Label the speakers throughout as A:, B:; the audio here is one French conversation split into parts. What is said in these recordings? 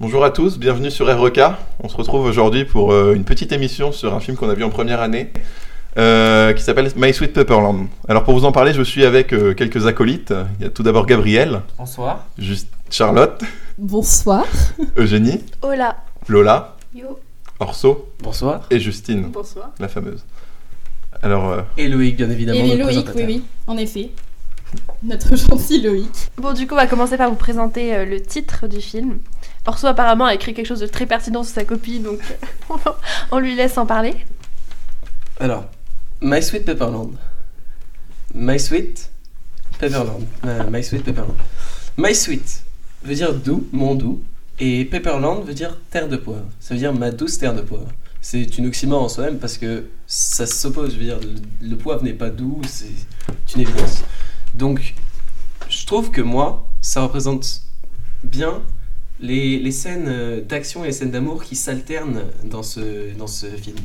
A: Bonjour à tous, bienvenue sur REK. On se retrouve aujourd'hui pour euh, une petite émission sur un film qu'on a vu en première année euh, qui s'appelle My Sweet Pepperland. Alors pour vous en parler, je suis avec euh, quelques acolytes. Il y a tout d'abord Gabriel,
B: Bonsoir.
A: juste Charlotte,
C: Bonsoir.
A: Eugénie,
D: Hola.
A: Lola,
D: Yo.
A: Orso
B: Bonsoir.
A: et Justine,
D: Bonsoir.
A: la fameuse. Alors, euh,
B: Et Loïc, bien évidemment.
C: Et
B: notre
C: Loïc, oui,
B: présentateur.
C: oui, en effet. Notre gentil Loïc.
D: Bon, du coup, on va commencer par vous présenter euh, le titre du film. Orso apparemment a écrit quelque chose de très pertinent sur sa copie, donc on lui laisse en parler.
B: Alors, My Sweet Pepperland. My Sweet Pepperland. Euh, my Sweet Pepperland. My Sweet veut dire doux, mon doux. Et Pepperland veut dire terre de poivre. Ça veut dire ma douce terre de poivre. C'est une oxymore en soi-même parce que ça s'oppose. Je veux dire, le, le poivre n'est pas doux, c'est une évidence. Donc, je trouve que moi, ça représente bien les, les scènes euh, d'action et les scènes d'amour qui s'alternent dans ce, dans ce film.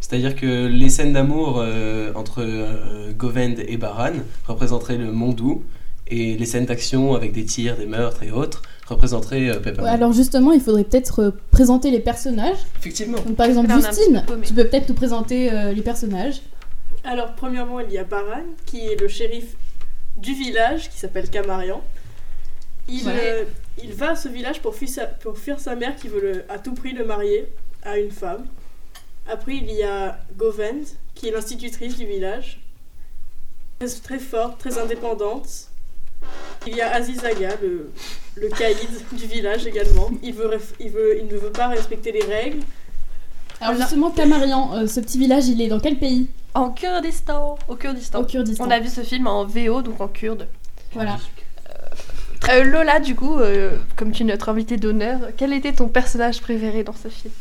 B: C'est-à-dire que les scènes d'amour euh, entre euh, Govend et Baran représenteraient le Mondou, et les scènes d'action avec des tirs, des meurtres et autres représenteraient euh, Pepperland.
C: Ouais, alors justement, il faudrait peut-être euh, présenter les personnages.
B: Effectivement.
C: Donc par exemple,
D: Là, on a un petit
C: Justine,
D: peu paumé.
C: tu peux peut-être nous présenter euh, les personnages.
E: Alors, premièrement, il y a Baran, qui est le shérif du village, qui s'appelle Camarian. Il,
C: Ouais.
E: euh, il va à ce village pour fuir sa, pour fuir sa mère qui veut le- à tout prix le marier à une femme. Après, il y a Govend, qui est l'institutrice du village. Très, très forte, très indépendante. Il y a Azizaga, le, le caïd du village également. Il, veut, ref- il, veut, il ne veut pas respecter les règles.
C: Alors
E: Alors-
C: justement, Camarian, euh, ce petit village, il est dans quel pays
D: En Kurdistan. Au Kurdistan.
C: Au Kurdistan.
D: On a vu ce film en VO, donc en kurde.
C: Voilà.
D: Euh, Lola, du coup, euh, comme tu es notre invitée d'honneur, quel était ton personnage préféré dans ce film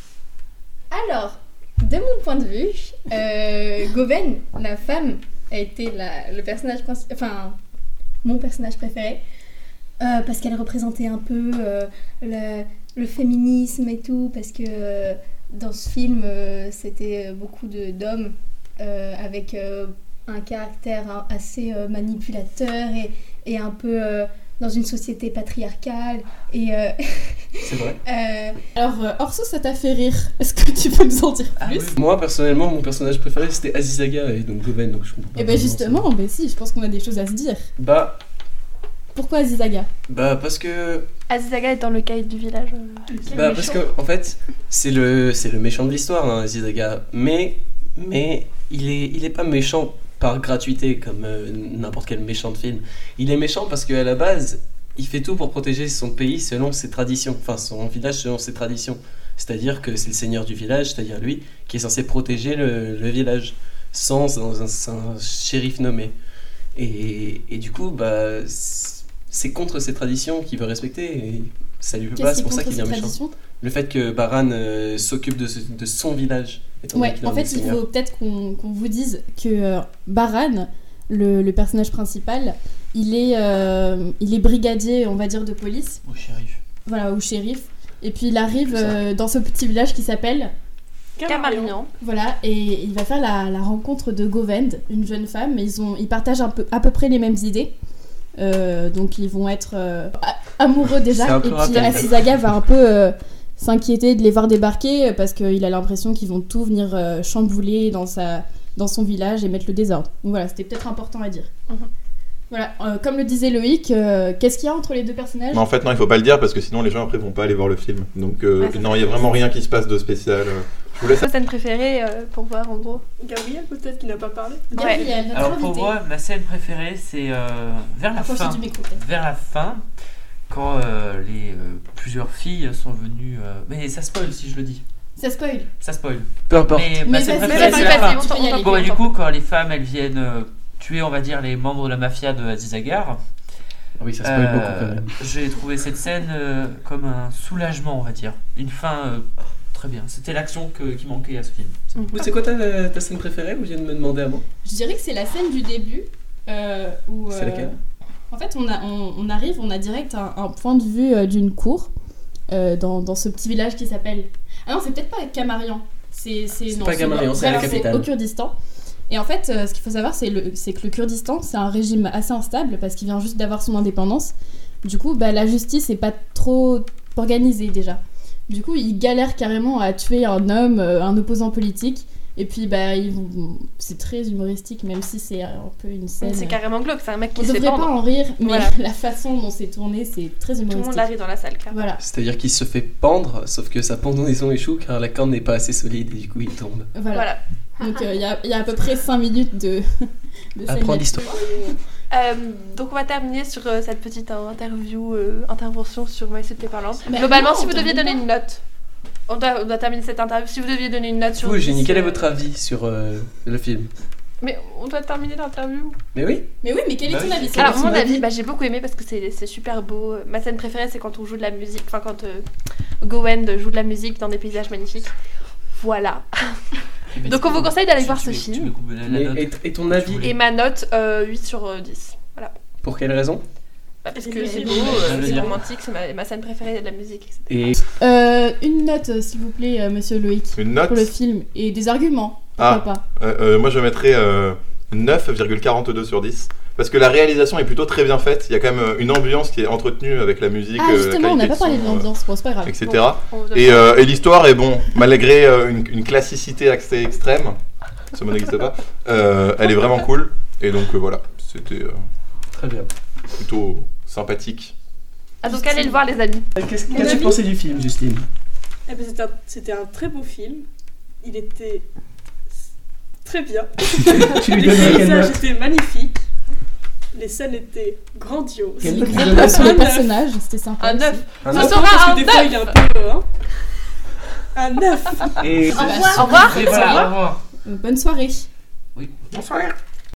F: Alors, de mon point de vue, euh, Goven, la femme, a été la- le personnage princi- enfin, mon personnage préféré, euh, parce qu'elle représentait un peu euh, le, le féminisme et tout, parce que euh, dans ce film, euh, c'était beaucoup de- d'hommes euh, avec euh, un caractère a- assez euh, manipulateur et, et un peu euh, dans une société patriarcale. Et euh,
B: C'est vrai.
F: euh,
C: Alors euh, Orso, ça t'a fait rire. Est-ce que tu peux nous en dire
F: Ah,
C: plus
B: Moi, personnellement, mon personnage préféré, c'était Azizaga et donc Goven, donc je comprends pas
C: Eh ben
B: vraiment ça.
C: justement, ben si, je pense qu'on a des choses à se dire.
B: Bah,
C: Pourquoi Azizaga
B: bah, parce que
D: Azizaga étant le caïd du village. euh,
B: Bah parce que en fait c'est le c'est le méchant de l'histoire hein, Azizaga mais mais il est il est pas méchant par gratuité comme euh, n'importe quel méchant de film il est méchant parce qu'à la base il fait tout pour protéger son pays selon ses traditions enfin son village selon ses traditions c'est-à-dire que c'est le seigneur du village c'est-à-dire lui qui est censé protéger le, le village sans un, un shérif nommé et, et du coup bah c'est- c'est contre ses traditions qu'il veut respecter et ça lui plaît
C: Qu'est-ce
B: pas c'est
C: qui
B: pour ça
C: contre
B: qu'il
C: cette
B: devient méchant
C: tradition
B: le fait que Baran euh, s'occupe de, ce- de son village. étant donné
C: Ouais,
B: qu'il est
C: en
B: un
C: fait, il
B: seigneur.
C: faut peut-être qu'on qu'on vous dise que euh, Baran, le, le personnage principal, il est, euh, il est brigadier, on va dire, de police,
B: Au Oh, shérif.
C: voilà, ou shérif. Et puis il arrive
B: C'est ça.
C: euh, dans ce petit village qui s'appelle,
D: Camarian.
C: voilà, et il va faire la, la rencontre de Govend, une jeune femme. Ils, ont, ils partagent un peu, à peu près les mêmes idées. Euh, donc ils vont être euh, a- amoureux
B: C'est
C: déjà.
B: un
C: Et
B: peu
C: puis
B: rapide.
C: Asizaga va un peu euh, s'inquiéter de les voir débarquer euh, parce qu'il a l'impression qu'ils vont tout venir euh, chambouler dans, sa, dans son village et mettre le désordre. Donc voilà, c'était peut-être important à dire.
D: Mhm.
C: Voilà, euh, comme le disait Loïc, euh, qu'est-ce qu'il y a entre les deux personnages
A: mais en fait, non, il faut pas le dire parce que sinon les gens après vont pas aller voir le film. Donc, euh,
D: Ah, ça
A: non, il y a vraiment rien qui se passe de spécial. euh. Je vous laisse
D: Ta scène préférée euh, pour voir en gros.
E: Gabriel, peut-être, qui n'a pas parlé
C: Gabriel, notre
G: Alors pour
C: invité.
G: moi, ma scène préférée, c'est euh, vers la
C: Approche
G: fin.
C: du micro, peut-être.
G: Vers la fin, quand euh, les euh, plusieurs filles sont venues. euh, Mais ça spoil si je le dis.
C: Ça spoil.
G: Ça spoil.
B: Peu importe.
G: Mais
C: Mais
G: ma scène
C: vas-y,
G: préférée,
C: vas-y,
G: Eh ben, c'est la
C: vas-y,
G: fin.
C: on t'en-
D: Tu peux
C: on
D: y
C: t'en-
D: aller.
G: Bon, et du coup, quand les femmes, elles viennent euh, tuer, on va dire, les membres de la mafia de Azizagar,
B: Ah Oui, ça spoil
G: euh,
B: beaucoup quand même.
G: j'ai trouvé cette scène euh, comme un soulagement, on va dire. Une fin euh, très bien. C'était l'action que- qui manquait à ce film.
B: euh, C'est quoi ta, ta scène préférée ou viens de me demander à moi
C: Je dirais que c'est la scène du début euh, où.
B: C'est laquelle
C: En fait, on, a- on- on arrive, on a direct un, un point de vue euh, d'une cour euh, dans, dans ce petit village qui s'appelle. Ah non, c'est peut-être pas Camarian. C'est
B: C'est
C: non,
B: pas Camarian, c'est la
C: voilà,
B: capitale.
C: Au Kurdistan. Et en fait, euh, ce qu'il faut savoir, c'est le- c'est que le Kurdistan, c'est un régime assez instable parce qu'il vient juste d'avoir son indépendance. Du coup, bah, la justice n'est pas trop organisé déjà. Du coup, ils galèrent carrément à tuer un homme, euh, un opposant politique. Et puis, bah, ils vont- c'est très humoristique, même si c'est un peu une scène.
D: C'est carrément glauque, c'est un mec
C: On
D: qui se fait
C: devrait pas
D: pendre.
C: en rire, mais
D: Voilà.
C: la façon dont c'est tourné, c'est très
D: Tout le
C: humoristique.
D: monde arrive dans la salle, clairement.
C: Voilà,
B: C'est-à-dire qu'il se fait pendre, sauf que sa pendaison échoue car la corde n'est pas assez solide et du coup il tombe.
C: voilà.
D: Voilà.
C: Donc euh, il y, a- y a à peu près 5 minutes de, de scène
B: Apprends l'histoire.
D: Euh, donc on va terminer sur euh, cette petite euh, interview, euh, intervention sur My Sweet Paperland.
C: Bah,
D: Globalement,
C: non,
D: si vous
C: on
D: deviez
C: termine
D: donner une note, on doit, on doit terminer cette interview. Si vous deviez donner une note sur.
B: Vous, Génie,
D: 10,
B: quel est
D: euh,
B: votre avis sur euh, le film
D: Mais on doit terminer l'interview.
B: Mais oui
C: Mais oui, mais quel est
G: Bah
C: ton
G: oui.
C: avis
D: Alors,
C: Céline
D: mon avis, bah, j'ai beaucoup aimé parce que c'est c'est super beau. Ma scène préférée, c'est quand on joue de la musique, enfin, quand euh, Gowend joue de la musique dans des paysages magnifiques. Voilà. Donc, on vous conseille d'aller voir ce film.
B: Mais- et, et ton avis
G: voulais.
D: Et ma note, euh, 8 sur euh, 10. Voilà.
B: Pour quelle raison
D: Bah, parce
E: Il
D: que
E: est
D: c'est beau,
E: beau.
D: euh,
G: Je veux
D: c'est
G: dire.
D: romantique, c'est ma, ma scène préférée de la musique, etc.
B: Et
C: Euh, une note, euh, s'il vous plaît, euh, monsieur Loïc,
A: Une note
C: pour le film et des arguments.
A: Ah.
C: Pourquoi pas
A: Euh, euh, moi je mettrais euh, 9,42 sur 10. Parce que la réalisation est plutôt très bien faite. Il y a quand même euh, une ambiance qui est entretenue avec la musique.
C: Ah,
A: euh, la
C: justement, on n'a
A: qualité
C: pas parlé de
A: son, euh,
C: l'ambiance, bon, c'est pas grave.
A: etc.
D: On vous donne
A: Et, euh, et l'histoire est bon, malgré euh, une, une classicité assez extrême, ce mot n'existe pas, euh, elle est vraiment cool. Et donc euh, voilà, c'était euh,
B: très bien.
A: plutôt sympathique.
D: Ah, donc allez le voir, les amis.
B: Qu'est-ce-
E: Mon
B: Qu'as-tu
E: avis
B: pensé du film, Justine
E: Eh ben, c'était un- C'était un, très beau film. Il était très bien.
B: Tu lui
E: Les
B: donnes quelle
E: paysages
B: note
E: étaient magnifiques. Les scènes étaient grandioses.
B: Quelle note tu
C: Sur
B: donnes
C: les
E: Un
C: personnages, c'était sympa.
D: Un
C: aussi.
D: 9.
B: Un
D: Ce
B: neuf
D: sera un
E: Parce que des fois,
D: 9.
E: il est un peu. hein. Un 9.
B: Et
C: revoir.
D: Au revoir.
G: Et Ah, voilà, au revoir.
C: Euh, Bonne soirée.
G: Oui, bonsoir.